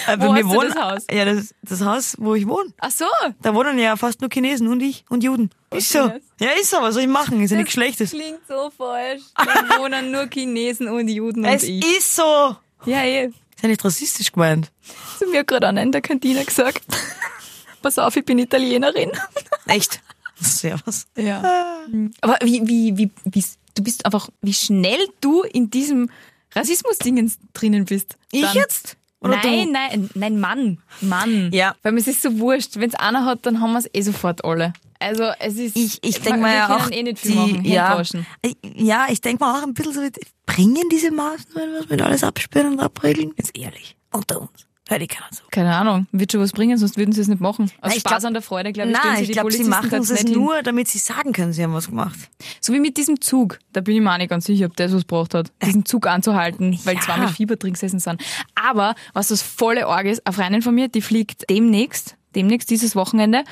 [SPEAKER 2] Äh,
[SPEAKER 3] Wo
[SPEAKER 2] bei
[SPEAKER 3] hast du das Haus?
[SPEAKER 2] Ja, das, das Haus, wo ich wohne.
[SPEAKER 3] Ach so.
[SPEAKER 2] Da wohnen ja fast nur Chinesen und ich und Juden. Ist so.
[SPEAKER 3] Chinas.
[SPEAKER 2] Ja, ist so. Was soll ich machen? Ist ja
[SPEAKER 3] Oh, Das
[SPEAKER 2] nichts Schlechtes.
[SPEAKER 3] Klingt so falsch. Da wohnen nur Chinesen und Juden
[SPEAKER 2] Es
[SPEAKER 3] und ich.
[SPEAKER 2] ist so.
[SPEAKER 3] Ja, ey.
[SPEAKER 2] Ist ja nicht rassistisch gemeint.
[SPEAKER 3] Zu mir gerade einer in der Kantine gesagt. Pass auf, ich bin Italienerin.
[SPEAKER 2] Echt? Servus.
[SPEAKER 3] Ah. Ja. Aber wie, wie, wie, wie, du bist einfach, wie schnell du in diesem Rassismus-Dingens drinnen bist.
[SPEAKER 2] Ich
[SPEAKER 3] dann-
[SPEAKER 2] jetzt? Oder
[SPEAKER 3] nein,
[SPEAKER 2] du?
[SPEAKER 3] nein, nein, Mann. Mann.
[SPEAKER 2] Ja.
[SPEAKER 3] Weil mir es ist so wurscht. Wenn es einer hat, dann haben wir es eh sofort alle. Also es ist.
[SPEAKER 2] Ich, ich
[SPEAKER 3] wir-
[SPEAKER 2] denke mal
[SPEAKER 3] wir
[SPEAKER 2] ja
[SPEAKER 3] können
[SPEAKER 2] auch,
[SPEAKER 3] eh nicht viel machen.
[SPEAKER 2] ja,
[SPEAKER 3] Händewaschen.
[SPEAKER 2] ja, ich denke mal auch ein bisschen so, mit, bringen diese Maßnahmen was mit alles absperren und abregeln? Jetzt ehrlich, unter uns. Hör die keiner zu.
[SPEAKER 3] Keine Ahnung, wird schon was bringen, sonst würden sie es nicht machen. Aus
[SPEAKER 2] Nein, ich
[SPEAKER 3] Spaß
[SPEAKER 2] glaub-
[SPEAKER 3] an der Freude, glaube ich, stellen
[SPEAKER 2] Nein,
[SPEAKER 3] sie
[SPEAKER 2] ich
[SPEAKER 3] die
[SPEAKER 2] glaube, sie
[SPEAKER 3] Polizisten
[SPEAKER 2] machen
[SPEAKER 3] dazu
[SPEAKER 2] es
[SPEAKER 3] nicht hin.
[SPEAKER 2] nur, damit sie sagen können, sie haben was gemacht.
[SPEAKER 3] So wie mit diesem Zug, da bin ich mir auch nicht ganz sicher, ob das was gebraucht hat, diesen Zug anzuhalten, weil
[SPEAKER 2] Ja.
[SPEAKER 3] zwei mit Fieber drin gesessen sind. Aber was das volle Org ist, eine Freundin von mir, die fliegt demnächst, demnächst dieses Wochenende,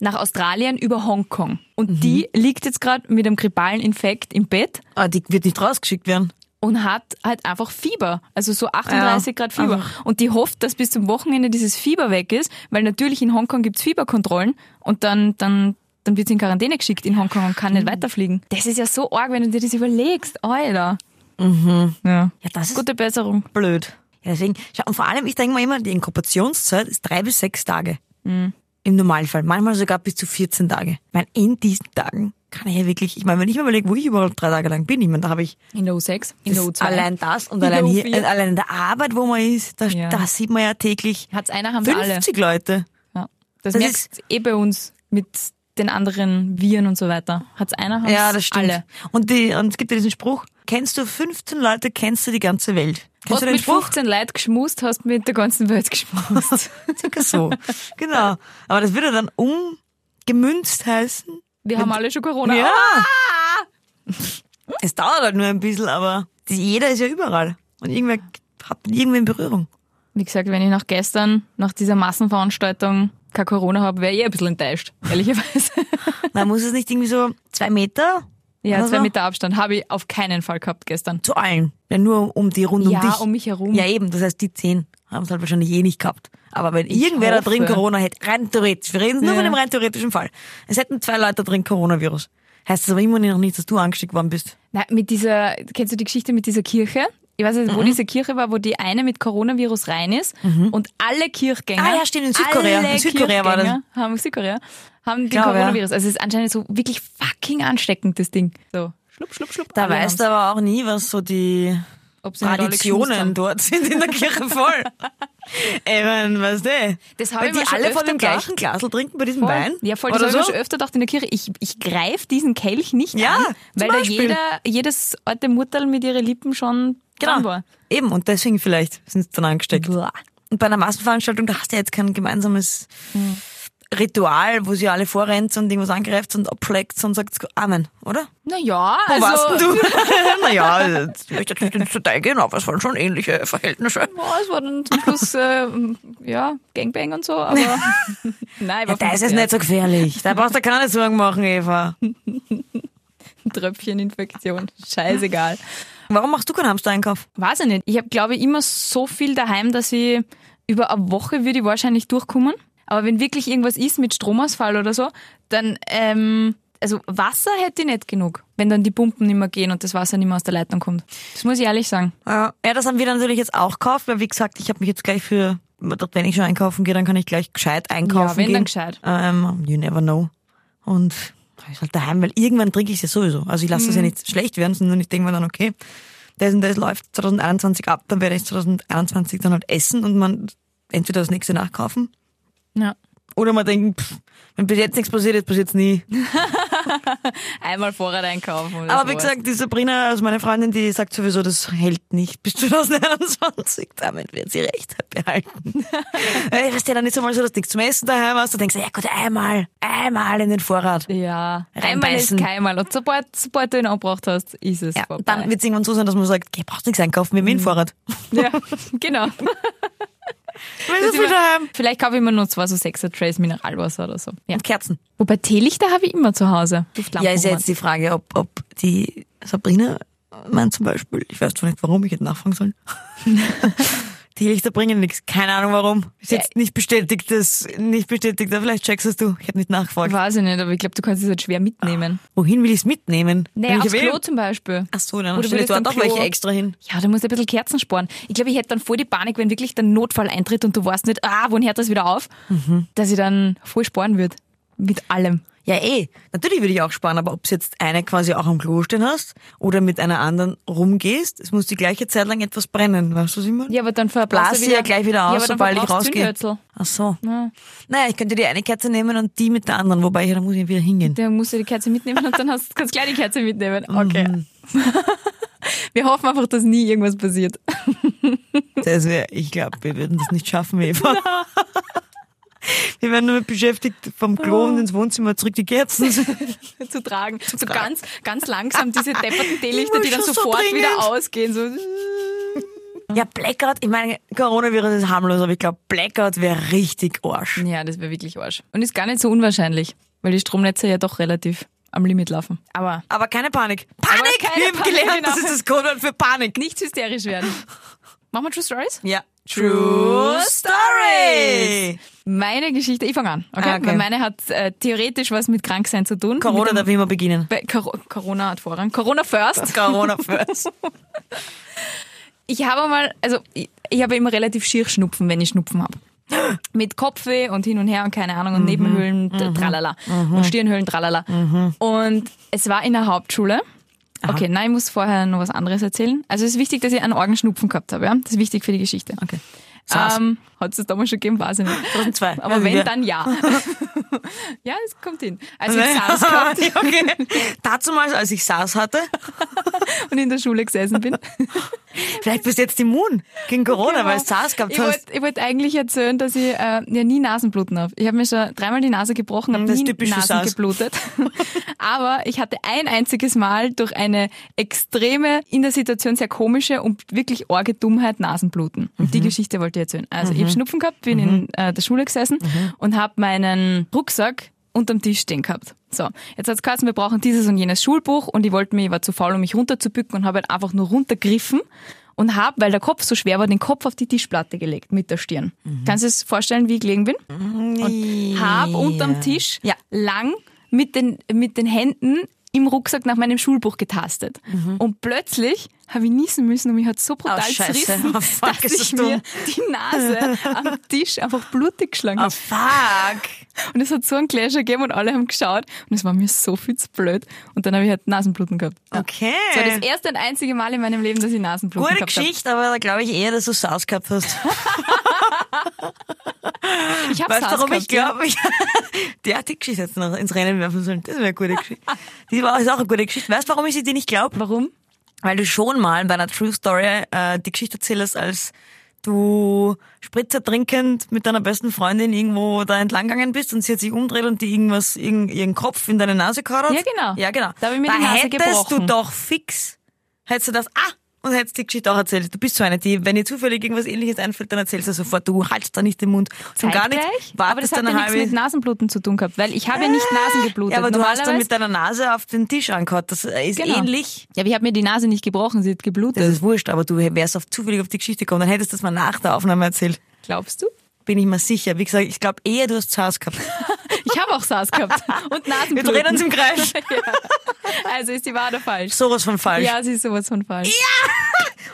[SPEAKER 3] nach Australien über Hongkong. Und die liegt jetzt gerade mit einem grippalen Infekt im Bett
[SPEAKER 2] Aber Ah, die wird nicht rausgeschickt werden.
[SPEAKER 3] und hat halt einfach Fieber, also so 38
[SPEAKER 2] Ja, also
[SPEAKER 3] Grad Fieber. Und die hofft, dass bis zum Wochenende dieses Fieber weg ist, weil natürlich in Hongkong gibt's Fieberkontrollen und dann, dann, dann wird sie in Quarantäne geschickt in Hongkong und kann nicht
[SPEAKER 2] Mhm.
[SPEAKER 3] weiterfliegen. Das ist ja so arg, wenn du dir das überlegst, Alter. Mhm. Ja.
[SPEAKER 2] Ja, das ist
[SPEAKER 3] Gute Besserung.
[SPEAKER 2] blöd. Ja, deswegen, schau, und vor allem, ich denke mal immer, die Inkubationszeit ist drei bis sechs Tage.
[SPEAKER 3] Mhm.
[SPEAKER 2] Im Normalfall. Manchmal sogar bis zu 14 Tage. Ich meine, in diesen Tagen kann ich ja wirklich, ich meine, wenn ich mir überlege, wo ich überhaupt drei Tage lang bin, ich meine, da habe ich
[SPEAKER 3] In der U6, in der
[SPEAKER 2] das-
[SPEAKER 3] U2.
[SPEAKER 2] allein das und
[SPEAKER 3] In der
[SPEAKER 2] allein hier,
[SPEAKER 3] U4.
[SPEAKER 2] äh, allein in der Arbeit, wo man ist, da,
[SPEAKER 3] Ja.
[SPEAKER 2] da sieht man ja täglich
[SPEAKER 3] Hat's einer, haben's alle.
[SPEAKER 2] 50 Leute.
[SPEAKER 3] Ja. Das,
[SPEAKER 2] Das
[SPEAKER 3] merkst eh bei uns mit den anderen Viren und so weiter. Hat's einer, haben's
[SPEAKER 2] Ja, das stimmt.
[SPEAKER 3] alle.
[SPEAKER 2] Und, die, und es gibt ja diesen Spruch, kennst du 15 Leute, kennst du die ganze Welt. Kennst
[SPEAKER 3] Hast
[SPEAKER 2] du den
[SPEAKER 3] mit
[SPEAKER 2] Spruch?
[SPEAKER 3] 15 Leuten geschmust, hast mit der ganzen Welt geschmust.
[SPEAKER 2] Circa so. genau. Aber das würde dann umgemünzt heißen.
[SPEAKER 3] Wir haben alle schon Corona.
[SPEAKER 2] Ja. Ah! Es dauert halt nur ein bisschen, aber das, jeder ist ja überall. Und irgendwer hat mit irgendwer in Berührung.
[SPEAKER 3] Wie gesagt, wenn ich nach gestern, nach dieser Massenveranstaltung kein Corona habe, wäre ich eh ein bisschen enttäuscht, ehrlicherweise.
[SPEAKER 2] Man muss es nicht irgendwie so zwei Meter
[SPEAKER 3] ja,
[SPEAKER 2] oder
[SPEAKER 3] zwei
[SPEAKER 2] so?
[SPEAKER 3] Meter Abstand habe ich auf keinen Fall gehabt gestern.
[SPEAKER 2] zu allen. Ja, nur um die rund um
[SPEAKER 3] ja,
[SPEAKER 2] dich.
[SPEAKER 3] um mich herum.
[SPEAKER 2] ja, eben. Das heißt, die zehn haben es halt wahrscheinlich eh nicht gehabt. Aber wenn irgendwer da drin
[SPEAKER 3] hoffe.
[SPEAKER 2] Corona hätte, rein theoretisch, wir reden nur
[SPEAKER 3] Ja.
[SPEAKER 2] von einem rein theoretischen Fall. Es hätten zwei Leute drin Coronavirus. Heißt das aber immer noch nicht, dass du angesteckt worden bist.
[SPEAKER 3] Nein, mit dieser, kennst du die Geschichte mit dieser Kirche? Ich weiß
[SPEAKER 2] Mhm.
[SPEAKER 3] nicht, wo diese Kirche war, wo die eine mit Coronavirus rein ist und alle Kirchgänger,
[SPEAKER 2] Ah ja, stimmt, in Südkorea.
[SPEAKER 3] alle
[SPEAKER 2] In Südkorea war das.
[SPEAKER 3] Kirchgänger Haben, Südkorea, haben den
[SPEAKER 2] glaube, ja.
[SPEAKER 3] Coronavirus. Also es ist anscheinend so wirklich fucking ansteckend, das Ding. So, schlupp, schlupp, schlupp.
[SPEAKER 2] Da
[SPEAKER 3] alle
[SPEAKER 2] weißt du aber auch nie, was so die
[SPEAKER 3] haben's. Ob sie nicht alle geschmust
[SPEAKER 2] Traditionen
[SPEAKER 3] haben.
[SPEAKER 2] dort sind in der Kirche voll. Ich mein, weißt du?
[SPEAKER 3] Das habe
[SPEAKER 2] Weil
[SPEAKER 3] ich
[SPEAKER 2] die
[SPEAKER 3] mir schon
[SPEAKER 2] alle von
[SPEAKER 3] öfter
[SPEAKER 2] dem
[SPEAKER 3] gedacht.
[SPEAKER 2] gleichen Glasel trinken bei diesem
[SPEAKER 3] Voll.
[SPEAKER 2] Wein?
[SPEAKER 3] Ja, voll, das
[SPEAKER 2] Oder
[SPEAKER 3] habe ich
[SPEAKER 2] so?
[SPEAKER 3] mir schon öfter gedacht in der Kirche. Ich, ich greife diesen Kelch nicht
[SPEAKER 2] Ja,
[SPEAKER 3] an,
[SPEAKER 2] zum
[SPEAKER 3] weil da
[SPEAKER 2] Beispiel.
[SPEAKER 3] jeder, jedes alte Mutterl mit ihren Lippen schon dran
[SPEAKER 2] Genau.
[SPEAKER 3] war.
[SPEAKER 2] Eben, und deswegen vielleicht sind sie dann angesteckt. Und bei einer Massenveranstaltung, da hast du ja jetzt kein gemeinsames
[SPEAKER 3] Mhm.
[SPEAKER 2] Ritual, wo sie alle vorrennt und irgendwas angreift und abschlägt und sagt Amen, oder?
[SPEAKER 3] Naja,
[SPEAKER 2] Wo
[SPEAKER 3] also...
[SPEAKER 2] warst denn du? naja, ich möchte jetzt nicht ins Detail gehen, aber es waren schon ähnliche Verhältnisse.
[SPEAKER 3] Boah, es war dann zum Schluss, äh, ja, Gangbang und so, aber...
[SPEAKER 2] Ja,
[SPEAKER 3] Nein, war
[SPEAKER 2] das ist nicht so gefährlich. Da brauchst du keine Sorgen machen, Eva.
[SPEAKER 3] Tröpfcheninfektion. Scheißegal.
[SPEAKER 2] Warum machst du keinen Hamster-Einkauf?
[SPEAKER 3] Weiß ich nicht. Ich habe, glaube ich, immer so viel daheim, dass ich über eine Woche würde ich wahrscheinlich durchkommen. Aber wenn wirklich irgendwas ist mit Stromausfall oder so, dann, ähm, also Wasser hätte ich nicht genug, wenn dann die Pumpen nicht mehr gehen und das Wasser nicht mehr aus der Leitung kommt. Das muss ich ehrlich sagen.
[SPEAKER 2] Ja, ja, das haben wir natürlich jetzt auch gekauft, weil wie gesagt, ich habe mich jetzt gleich für, wenn ich schon einkaufen gehe, dann kann ich gleich gescheit einkaufen
[SPEAKER 3] Ja, wenn,
[SPEAKER 2] gehen.
[SPEAKER 3] dann gescheit.
[SPEAKER 2] Ähm, you never know. Und da ist halt daheim, weil irgendwann trinke ich es ja sowieso. Also ich lasse
[SPEAKER 3] Mhm.
[SPEAKER 2] das ja nicht schlecht werden, sondern ich denke mir dann, okay, das und das läuft 2021 ab, dann werde ich 2021 dann halt essen und man entweder das nächste nachkaufen
[SPEAKER 3] Ja.
[SPEAKER 2] oder man denkt, pff, wenn bis jetzt nichts passiert ist, passiert es nie.
[SPEAKER 3] Einmal Vorrat einkaufen oder
[SPEAKER 2] Aber wie
[SPEAKER 3] sowas.
[SPEAKER 2] gesagt, die Sabrina, also meine Freundin, die sagt sowieso, das hält nicht bis 2021. Damit wird sie recht behalten. Weil Das ist ja dann nicht so mal so, dass du nichts zum Essen daheim hast. Du denkst, ja gut, einmal, einmal in den Vorrat.
[SPEAKER 3] Ja, einmal ist
[SPEAKER 2] Reinbeißen.
[SPEAKER 3] keinmal. Und sobald, sobald du ihn angebracht hast, ist es
[SPEAKER 2] Ja,
[SPEAKER 3] vorbei.
[SPEAKER 2] dann wird es irgendwann so sein, dass man sagt, okay, brauchst nichts einkaufen, wir haben eh einen Vorrat.
[SPEAKER 3] ja, genau.
[SPEAKER 2] Wir so viel daheim.
[SPEAKER 3] Vielleicht kaufe ich mir nur zwei so Sechser Trays Mineralwasser oder so. Ja.
[SPEAKER 2] Und Kerzen.
[SPEAKER 3] Wobei Teelichter habe ich immer zu Hause. Duftlampen
[SPEAKER 2] Ja, ist ja
[SPEAKER 3] waren.
[SPEAKER 2] jetzt die Frage, ob, ob die Sabrina, man zum Beispiel, ich weiß zwar nicht warum, ich hätte nachfragen sollen. die Lichter bringen nichts, keine Ahnung warum. Ist
[SPEAKER 3] Ja.
[SPEAKER 2] jetzt nicht bestätigt, das, nicht bestätigt, aber vielleicht checkst es du. Ich hätte nicht nachgefragt.
[SPEAKER 3] Weiß ich nicht, aber ich glaube, du kannst es halt schwer mitnehmen.
[SPEAKER 2] Wohin will ich es mitnehmen?
[SPEAKER 3] Nee,
[SPEAKER 2] Wenn ich
[SPEAKER 3] aufs
[SPEAKER 2] will-
[SPEAKER 3] Klo zum Beispiel.
[SPEAKER 2] Ach so, dann
[SPEAKER 3] Oder
[SPEAKER 2] stelle ich
[SPEAKER 3] willst du
[SPEAKER 2] dort
[SPEAKER 3] am
[SPEAKER 2] auch welche
[SPEAKER 3] Klo?
[SPEAKER 2] extra hin.
[SPEAKER 3] eh Ja, da musst du ein bisschen Kerzen sparen. Ich glaube, ich hätte dann voll die Panik, wenn wirklich der Notfall Mhm. eintritt und du weißt nicht, ah, wann hört das wieder auf, dass ich dann voll sparen würde. Mit allem.
[SPEAKER 2] Ja, eh. Natürlich würde ich auch sparen, aber ob du jetzt eine quasi auch am Klo stehen hast oder mit einer anderen rumgehst, es muss die gleiche Zeit lang etwas brennen. Weißt du, was ich meine?
[SPEAKER 3] Ja, aber dann
[SPEAKER 2] Blase
[SPEAKER 3] verblasst
[SPEAKER 2] sie ja gleich wieder aus,
[SPEAKER 3] aber dann
[SPEAKER 2] sobald ich
[SPEAKER 3] verbrauchst du
[SPEAKER 2] rausgehe.
[SPEAKER 3] Zündhölzl.
[SPEAKER 2] Ach so.
[SPEAKER 3] Ja.
[SPEAKER 2] Naja, ich könnte die eine Kerze nehmen und die mit der anderen, wobei ich, da muss ich wieder hingehen.
[SPEAKER 3] Dann musst du die Kerze mitnehmen und dann hast, kannst du gleich die Kerze mitnehmen. Okay. Wir hoffen einfach, dass nie irgendwas passiert.
[SPEAKER 2] Das wär, ich glaube, wir würden das nicht schaffen, Eva. Wir wären nur beschäftigt, vom Klo und ins Wohnzimmer zurück die Kerzen. zu-
[SPEAKER 3] Zu tragen. so ganz, ganz langsam diese depperten Teelichter,
[SPEAKER 2] muss
[SPEAKER 3] die dann
[SPEAKER 2] schon so
[SPEAKER 3] sofort
[SPEAKER 2] dringend.
[SPEAKER 3] wieder ausgehen. So.
[SPEAKER 2] Ja, Blackout, ich meine, Coronavirus ist harmlos, aber ich glaube, Blackout wäre richtig Arsch.
[SPEAKER 3] Ja, das wäre wirklich Arsch. Und ist gar nicht so unwahrscheinlich, weil die Stromnetze ja doch relativ am Limit laufen. Aber
[SPEAKER 2] Aber keine Panik. Panik!
[SPEAKER 3] keine
[SPEAKER 2] wir haben
[SPEAKER 3] Panik,
[SPEAKER 2] gelernt,
[SPEAKER 3] genau.
[SPEAKER 2] das ist das Codewort für Panik.
[SPEAKER 3] nichts hysterisch werden. Machen wir True Stories?
[SPEAKER 2] Ja. True Story!
[SPEAKER 3] Meine Geschichte, ich fange an, okay?
[SPEAKER 2] Ah, okay.
[SPEAKER 3] Weil meine hat äh, theoretisch was mit Kranksein zu tun.
[SPEAKER 2] Corona
[SPEAKER 3] mit
[SPEAKER 2] darf immer beginnen.
[SPEAKER 3] Bei Cor Corona hat Vorrang. Corona first.
[SPEAKER 2] Corona first.
[SPEAKER 3] Ich habe mal, also ich, ich habe immer relativ schier Schnupfen, wenn ich Schnupfen habe. Mit Kopfweh und hin und her und keine Ahnung und
[SPEAKER 2] Mhm.
[SPEAKER 3] Nebenhöhlen, d- tralala. Und Stirnhöhlen, tralala.
[SPEAKER 2] Mhm.
[SPEAKER 3] Und es war in der Hauptschule. Okay, nein, ich muss vorher noch was anderes erzählen. Also es ist wichtig, dass ich einen Orgenschnupfen gehabt habe, ja? Das ist wichtig für die Geschichte.
[SPEAKER 2] Okay. Saß.
[SPEAKER 3] Ähm, hat es damals schon gegeben, weiß ich nicht.
[SPEAKER 2] 2002.
[SPEAKER 3] Aber
[SPEAKER 2] Ja,
[SPEAKER 3] wenn,
[SPEAKER 2] wir-
[SPEAKER 3] dann ja. ja, es kommt hin. Also ich SARS gehabt
[SPEAKER 2] okay. Dazu mal, als ich SARS hatte,
[SPEAKER 3] und in der Schule gesessen bin.
[SPEAKER 2] vielleicht bist du jetzt immun gegen Corona,
[SPEAKER 3] Genau.
[SPEAKER 2] weil du SARS gehabt
[SPEAKER 3] ich
[SPEAKER 2] hast.
[SPEAKER 3] wollte wollt eigentlich erzählen, dass ich äh, ja nie Nasenbluten habe. Ich habe mir schon dreimal die Nase gebrochen, habe
[SPEAKER 2] Das ist
[SPEAKER 3] nie
[SPEAKER 2] typisch für
[SPEAKER 3] Nasen
[SPEAKER 2] SARS.
[SPEAKER 3] geblutet. Aber ich hatte ein einziges Mal durch eine extreme, in der Situation sehr komische und wirklich arge Dummheit Nasenbluten. Und die Geschichte wollte ich erzählen. Also ich habe Schnupfen gehabt, bin in äh, der Schule gesessen und habe meinen Rucksack unterm Tisch stehen gehabt. So, jetzt hat's geheißen, wir brauchen dieses und jenes Schulbuch und ich wollte mir, ich war zu faul, um mich runterzubücken und habe halt einfach nur runtergriffen und habe, weil der Kopf so schwer war, den Kopf auf die Tischplatte gelegt mit der Stirn. Kannst du es vorstellen, wie ich gelegen bin? Und habe unterm Tisch
[SPEAKER 2] Ja.
[SPEAKER 3] lang mit den, mit den Händen im Rucksack nach meinem Schulbuch getastet.
[SPEAKER 2] Mhm.
[SPEAKER 3] Und plötzlich habe ich niesen müssen und mich hat so brutal
[SPEAKER 2] Oh, Scheiße.
[SPEAKER 3] zerrissen,
[SPEAKER 2] Oh, fuck,
[SPEAKER 3] dass
[SPEAKER 2] ist das
[SPEAKER 3] ich mir
[SPEAKER 2] dumm.
[SPEAKER 3] die Nase am Tisch einfach blutig geschlagen
[SPEAKER 2] Ah,
[SPEAKER 3] habe.
[SPEAKER 2] fuck.
[SPEAKER 3] Und es hat so einen Clash gegeben und alle haben geschaut und es war mir so viel zu blöd. Und dann habe ich halt Nasenbluten gehabt. Ja.
[SPEAKER 2] Okay.
[SPEAKER 3] Das war das erste und einzige Mal in meinem Leben, dass ich Nasenbluten
[SPEAKER 2] Gute
[SPEAKER 3] gehabt habe.
[SPEAKER 2] Geschichte, aber da glaube ich eher, dass du SARS gehabt hast.
[SPEAKER 3] Ich habe
[SPEAKER 2] Weißt du,
[SPEAKER 3] SARS
[SPEAKER 2] warum
[SPEAKER 3] gehabt,
[SPEAKER 2] ich glaube, ich die hat die Geschichte jetzt noch ins Rennen werfen sollen. Das wäre eine gute Geschichte. Die war ist auch eine gute Geschichte. Weißt du, warum ich sie dir nicht glaube?
[SPEAKER 3] Ja. Warum?
[SPEAKER 2] Weil du schon mal bei einer True Story äh, die Geschichte erzählst, als du Spritzer trinkend mit deiner besten Freundin irgendwo da entlang gegangen bist und sie hat sich umdreht und die irgendwas, irgend, ihren Kopf in deine Nase gehauen hat.
[SPEAKER 3] Ja, genau.
[SPEAKER 2] Ja, genau.
[SPEAKER 3] Da hab ich mir die Nase
[SPEAKER 2] hättest du
[SPEAKER 3] gebrochen.
[SPEAKER 2] doch fix, hättest du das, ah, und hättest die Geschichte auch erzählt. Du bist so eine, die, wenn dir zufällig irgendwas ähnliches einfällt, dann erzählst du sofort, du haltst da nicht den Mund. Zum gar nichts,
[SPEAKER 3] Zeitgleich?
[SPEAKER 2] wartest
[SPEAKER 3] Aber das hat
[SPEAKER 2] dann
[SPEAKER 3] ja
[SPEAKER 2] eine
[SPEAKER 3] nichts
[SPEAKER 2] halbe- Ah,
[SPEAKER 3] mit Nasenbluten zu tun gehabt, weil ich habe ja nicht Nasen geblutet.
[SPEAKER 2] ja, aber du hast
[SPEAKER 3] Normalerweise-
[SPEAKER 2] dann mit deiner Nase auf den Tisch angehört. Das ist
[SPEAKER 3] Genau.
[SPEAKER 2] ähnlich.
[SPEAKER 3] Ja, aber ich habe mir die Nase nicht gebrochen, sie hat
[SPEAKER 2] Das
[SPEAKER 3] geblutet.
[SPEAKER 2] ist wurscht, aber du wärst auf zufällig auf die Geschichte gekommen, dann hättest du das mal nach der Aufnahme erzählt.
[SPEAKER 3] Glaubst du?
[SPEAKER 2] Bin ich mir sicher. Wie gesagt, ich glaube eher, du hast SARS gehabt.
[SPEAKER 3] Ich habe auch SARS gehabt und
[SPEAKER 2] Wir
[SPEAKER 3] Nasenbluten.
[SPEAKER 2] drehen uns um. im Kreis.
[SPEAKER 3] Also ist die Wahl oder falsch?
[SPEAKER 2] Sowas von falsch.
[SPEAKER 3] Ja, sie ist sowas von falsch.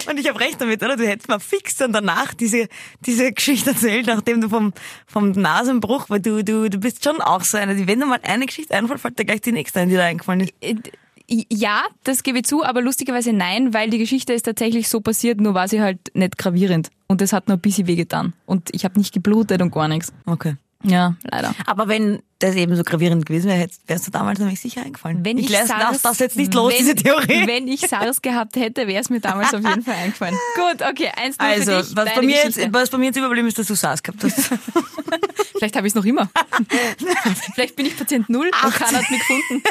[SPEAKER 2] Und ich habe recht damit, oder? Du hättest mal fix dann danach diese, diese Geschichte erzählt, nachdem du vom, vom Nasenbruch, weil du, du, du bist schon auch so einer, die, wenn dir mal eine Geschichte einfällt, fällt dir gleich die nächste ein, die dir eingefallen ist.
[SPEAKER 3] Äh, Ja, das gebe ich zu, aber lustigerweise nein, weil die Geschichte ist tatsächlich so passiert, nur war sie halt nicht gravierend. Und das hat nur ein bisschen wehgetan. Und ich habe nicht geblutet und gar nichts.
[SPEAKER 2] Okay.
[SPEAKER 3] Ja, leider.
[SPEAKER 2] Aber wenn das eben so gravierend gewesen wäre, hättest- wärst du damals nämlich sicher eingefallen.
[SPEAKER 3] Wenn ich,
[SPEAKER 2] lass,
[SPEAKER 3] SARS,
[SPEAKER 2] lass das jetzt nicht los,
[SPEAKER 3] wenn,
[SPEAKER 2] diese Theorie.
[SPEAKER 3] Wenn ich SARS gehabt hätte, wäre es mir damals auf jeden Fall eingefallen. Gut, okay, eins nur
[SPEAKER 2] Also,
[SPEAKER 3] für dich.
[SPEAKER 2] was, bei
[SPEAKER 3] deine
[SPEAKER 2] mir
[SPEAKER 3] Geschichte.
[SPEAKER 2] jetzt, was bei mir jetzt überblieben ist, dass du SARS gehabt hast.
[SPEAKER 3] Vielleicht habe ich es noch immer. Vielleicht bin ich Patient Null und keiner hat mich gefunden.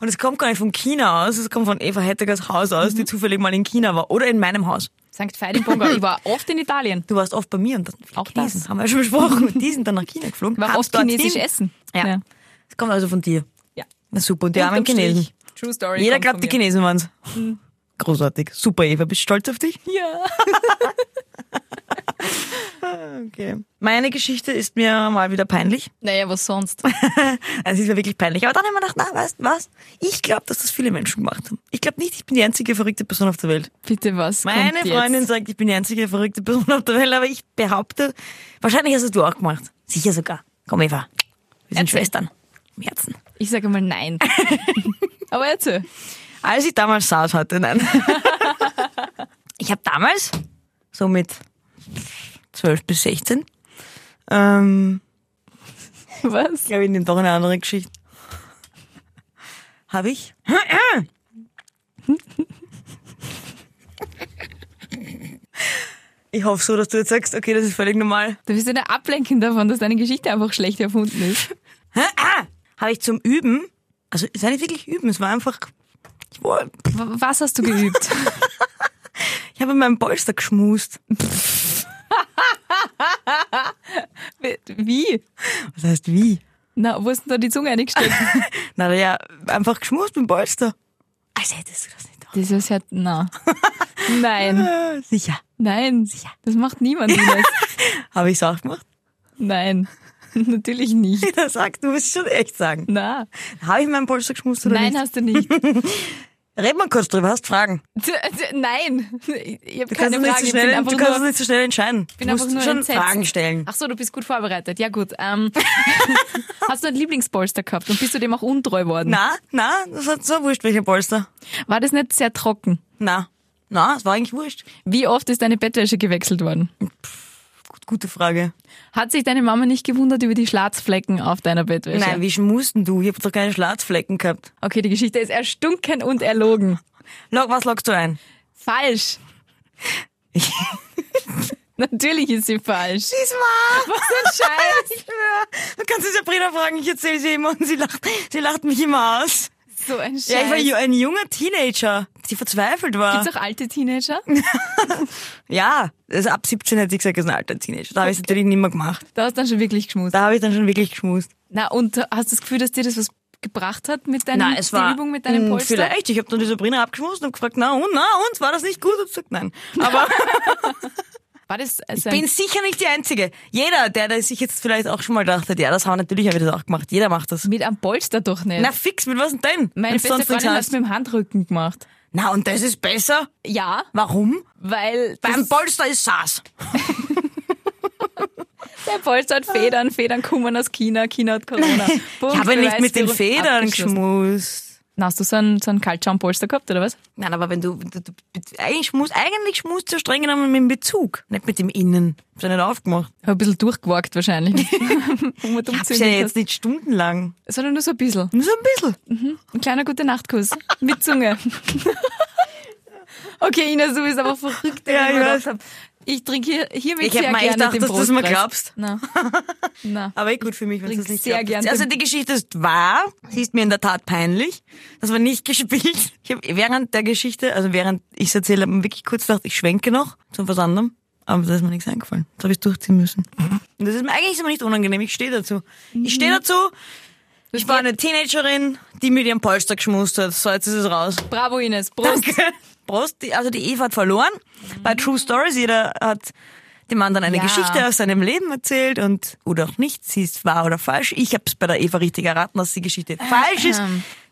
[SPEAKER 2] Und es kommt gar nicht von China aus, es kommt von Eva Hettegers Haus aus,
[SPEAKER 3] Mhm.
[SPEAKER 2] die zufällig mal in China war oder in meinem Haus.
[SPEAKER 3] St. Feidenbonga, ich war oft in Italien.
[SPEAKER 2] Du warst oft bei mir und das sind viele
[SPEAKER 3] Auch
[SPEAKER 2] Chinesen,
[SPEAKER 3] das.
[SPEAKER 2] haben wir ja schon besprochen. Und die sind dann nach China geflogen.
[SPEAKER 3] Ich war
[SPEAKER 2] haben
[SPEAKER 3] oft
[SPEAKER 2] dorthin-
[SPEAKER 3] chinesisch essen.
[SPEAKER 2] Ja.
[SPEAKER 3] ja.
[SPEAKER 2] Es kommt also von dir.
[SPEAKER 3] Ja.
[SPEAKER 2] Na super, und die armen
[SPEAKER 3] Unterm
[SPEAKER 2] Chinesen.
[SPEAKER 3] Strich, True Story.
[SPEAKER 2] Jeder
[SPEAKER 3] kommt
[SPEAKER 2] glaubt, die
[SPEAKER 3] von mir. Mhm.
[SPEAKER 2] Chinesen waren's. Großartig. Super, Eva, bist du stolz auf dich?
[SPEAKER 3] Ja.
[SPEAKER 2] Okay. Meine Geschichte ist mir mal wieder peinlich.
[SPEAKER 3] Naja, was sonst?
[SPEAKER 2] Also es ist mir wirklich peinlich. Aber dann haben wir gedacht, na, weißt du was? Ich glaube, dass das viele Menschen gemacht haben. Ich glaube nicht, ich bin die einzige verrückte Person auf der Welt.
[SPEAKER 3] Bitte was?
[SPEAKER 2] Meine
[SPEAKER 3] kommt
[SPEAKER 2] Freundin
[SPEAKER 3] jetzt?
[SPEAKER 2] sagt, ich bin die einzige verrückte Person auf der Welt, aber ich behaupte, wahrscheinlich hast es du auch gemacht. Sicher sogar. Komm, Eva. Wir sind
[SPEAKER 3] Erzähl.
[SPEAKER 2] Schwestern. Im Herzen.
[SPEAKER 3] Ich sage mal nein. Aber jetzt.
[SPEAKER 2] Als ich damals SARS hatte, nein. ich habe damals, so mit 12 bis 16, ähm,
[SPEAKER 3] Was?
[SPEAKER 2] glaube ich, nehme doch eine andere Geschichte. Habe ich? Ich hoffe so, dass du jetzt sagst, okay, das ist völlig normal.
[SPEAKER 3] Du bist ja eine Ablenkung davon, dass deine Geschichte einfach schlecht erfunden ist.
[SPEAKER 2] Habe ich zum Üben, also es war nicht wirklich Üben, es war einfach, ich, war,
[SPEAKER 3] W- Was hast du geübt?
[SPEAKER 2] ich habe an meinem Polster geschmust.
[SPEAKER 3] Wie?
[SPEAKER 2] Was heißt wie?
[SPEAKER 3] Na, wo ist denn da die Zunge eingesteckt?
[SPEAKER 2] Na ja, einfach geschmust mit dem Polster. Also hättest du das nicht
[SPEAKER 3] Das ist ja, na. Nein,
[SPEAKER 2] gemacht. Sicher.
[SPEAKER 3] nein, das macht niemand. Ines.
[SPEAKER 2] Habe ich es auch gemacht?
[SPEAKER 3] Nein, natürlich nicht.
[SPEAKER 2] Da sagst du, musst es schon echt sagen.
[SPEAKER 3] Na,
[SPEAKER 2] Habe ich meinen Polster geschmust oder
[SPEAKER 3] nein
[SPEAKER 2] nicht?
[SPEAKER 3] hast du nicht.
[SPEAKER 2] Red mal kurz drüber, hast Fragen.
[SPEAKER 3] D- d- Nein, ich habe
[SPEAKER 2] Du kannst,
[SPEAKER 3] keine
[SPEAKER 2] es nicht
[SPEAKER 3] Frage.
[SPEAKER 2] so
[SPEAKER 3] Ich bin
[SPEAKER 2] schnell,
[SPEAKER 3] einfach
[SPEAKER 2] du kannst es
[SPEAKER 3] nur,
[SPEAKER 2] nicht so schnell entscheiden.
[SPEAKER 3] bin
[SPEAKER 2] du
[SPEAKER 3] einfach
[SPEAKER 2] musst
[SPEAKER 3] nur
[SPEAKER 2] schon
[SPEAKER 3] entsetzt.
[SPEAKER 2] Fragen stellen.
[SPEAKER 3] ach so, du bist gut vorbereitet. Ja gut. Ähm, hast du einen Lieblingspolster gehabt und bist du dem auch untreu worden?
[SPEAKER 2] Na, na, das hat so wurscht, welcher Polster.
[SPEAKER 3] War das nicht sehr trocken?
[SPEAKER 2] Na, na, es war eigentlich wurscht.
[SPEAKER 3] Wie oft ist deine Bettwäsche gewechselt worden?
[SPEAKER 2] Gut, gute Frage.
[SPEAKER 3] Hat sich deine Mama nicht gewundert über die Schlarzflecken auf deiner Bettwäsche?
[SPEAKER 2] Nein, wie schmusten du? Ich hab doch keine Schlafflecken gehabt.
[SPEAKER 3] Okay, die Geschichte ist erstunken und erlogen.
[SPEAKER 2] Log, was lockst du ein?
[SPEAKER 3] Falsch. Natürlich ist sie falsch.
[SPEAKER 2] Diesmal!
[SPEAKER 3] Was ein Scheiß.
[SPEAKER 2] Du kannst die Sabrina fragen, ich erzähle sie immer und sie lacht, sie lacht mich immer aus.
[SPEAKER 3] So ein Scheiß.
[SPEAKER 2] Ja, ich war ju- ein junger Teenager, die verzweifelt war.
[SPEAKER 3] Gibt's auch alte Teenager?
[SPEAKER 2] Ja, also ab 17 hätte ich gesagt, ist ein alter Teenager. Da habe ich natürlich nicht mehr gemacht.
[SPEAKER 3] Da hast du dann schon wirklich geschmust.
[SPEAKER 2] Da habe ich dann schon wirklich geschmust.
[SPEAKER 3] Na, und hast du das Gefühl, dass dir das was gebracht hat mit deinem, die Übung mit deinem
[SPEAKER 2] Mm,
[SPEAKER 3] Polster?
[SPEAKER 2] Vielleicht. Ich habe dann die Sabrina abgeschmissen und gefragt, na und, na und, war das nicht gut? Und gesagt, nein. Aber
[SPEAKER 3] War das also
[SPEAKER 2] bin sicher nicht die Einzige. Jeder, der, der sich jetzt vielleicht auch schon mal dachte, ja, das haben natürlich habe ich das auch gemacht. Jeder macht das.
[SPEAKER 3] mit einem Polster doch nicht.
[SPEAKER 2] Na fix, mit was denn? denn?
[SPEAKER 3] Meine
[SPEAKER 2] Wenn's
[SPEAKER 3] beste
[SPEAKER 2] sonst nichts
[SPEAKER 3] Freundin hat
[SPEAKER 2] hast.
[SPEAKER 3] mit dem Handrücken gemacht.
[SPEAKER 2] Na und das ist besser.
[SPEAKER 3] Ja,
[SPEAKER 2] Warum?
[SPEAKER 3] weil
[SPEAKER 2] Beim
[SPEAKER 3] das,
[SPEAKER 2] Polster ist Saß.
[SPEAKER 3] der Polster hat Federn, Federn kommen aus China, China hat Corona. Punkt,
[SPEAKER 2] Ich habe nicht
[SPEAKER 3] Beweis,
[SPEAKER 2] mit den
[SPEAKER 3] Führung,
[SPEAKER 2] Federn
[SPEAKER 3] abgeschlossen.
[SPEAKER 2] geschmust.
[SPEAKER 3] Na, hast du so einen, so einen Kaltschaum-Polster gehabt, oder was?
[SPEAKER 2] Nein, aber wenn du, du, du eigentlich schmust, eigentlich schmust du streng genommen mit dem Bezug, nicht mit dem Innen. Hab's ja nicht aufgemacht.
[SPEAKER 3] Hab ein bisschen durchgewagt wahrscheinlich.
[SPEAKER 2] Ich hab's ja jetzt nicht stundenlang.
[SPEAKER 3] Sondern nur so ein bisschen.
[SPEAKER 2] Nur so ein bisschen.
[SPEAKER 3] Ein kleiner gute Nachtkuss. Mit Zunge. okay, Ines, du bist aber verrückt.
[SPEAKER 2] Ja,
[SPEAKER 3] wenn
[SPEAKER 2] ich
[SPEAKER 3] mir
[SPEAKER 2] weiß.
[SPEAKER 3] gedacht hab, Ich trinke hier, hiermit
[SPEAKER 2] Ich
[SPEAKER 3] sehr
[SPEAKER 2] hab mir
[SPEAKER 3] gerne
[SPEAKER 2] echt gedacht,
[SPEAKER 3] den
[SPEAKER 2] dass du es mir
[SPEAKER 3] Brotpreis.
[SPEAKER 2] glaubst.
[SPEAKER 3] Na. Na.
[SPEAKER 2] Aber eh gut für mich, wenn du
[SPEAKER 3] Trink's
[SPEAKER 2] das nicht
[SPEAKER 3] sehr
[SPEAKER 2] glaubt.
[SPEAKER 3] gern.
[SPEAKER 2] Also die Geschichte ist wahr. Sie ist mir in der Tat peinlich. Das war nicht gespielt. Ich habe während der Geschichte, also während ich es erzähle, habe ich wirklich kurz gedacht, ich schwenke noch zum was anderem. Aber da ist mir nichts eingefallen. Das habe ich durchziehen müssen. Und das ist mir eigentlich immer nicht unangenehm. Ich stehe dazu. Ich stehe dazu. Ich war eine Teenagerin, die mit ihrem Polster geschmust hat. So, jetzt ist es raus.
[SPEAKER 3] Bravo, Ines. Prost.
[SPEAKER 2] Danke. Prost. Die- Also die Eva hat verloren. Bei True Stories, jeder hat dem anderen eine
[SPEAKER 3] Ja.
[SPEAKER 2] Geschichte aus seinem Leben erzählt und oder auch nicht, sie ist wahr oder falsch. Ich habe es bei der Eva richtig erraten, dass die
[SPEAKER 3] Äh.
[SPEAKER 2] Geschichte falsch ist.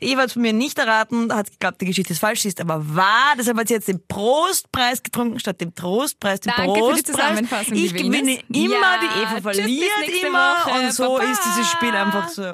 [SPEAKER 2] Die Eva hat es von mir nicht erraten, hat geglaubt, die Geschichte ist falsch, sie ist aber wahr. Deshalb hat sie jetzt den Prostpreis getrunken statt dem Trostpreis. Den
[SPEAKER 3] Danke für die
[SPEAKER 2] Prostpreis.
[SPEAKER 3] Zusammenfassung,
[SPEAKER 2] Ich
[SPEAKER 3] liebe Ines.
[SPEAKER 2] gewinne immer,
[SPEAKER 3] Ja,
[SPEAKER 2] die Eva
[SPEAKER 3] tschüss, bis
[SPEAKER 2] verliert
[SPEAKER 3] nächste
[SPEAKER 2] immer
[SPEAKER 3] Woche.
[SPEAKER 2] und so
[SPEAKER 3] Baba.
[SPEAKER 2] ist dieses Spiel einfach so.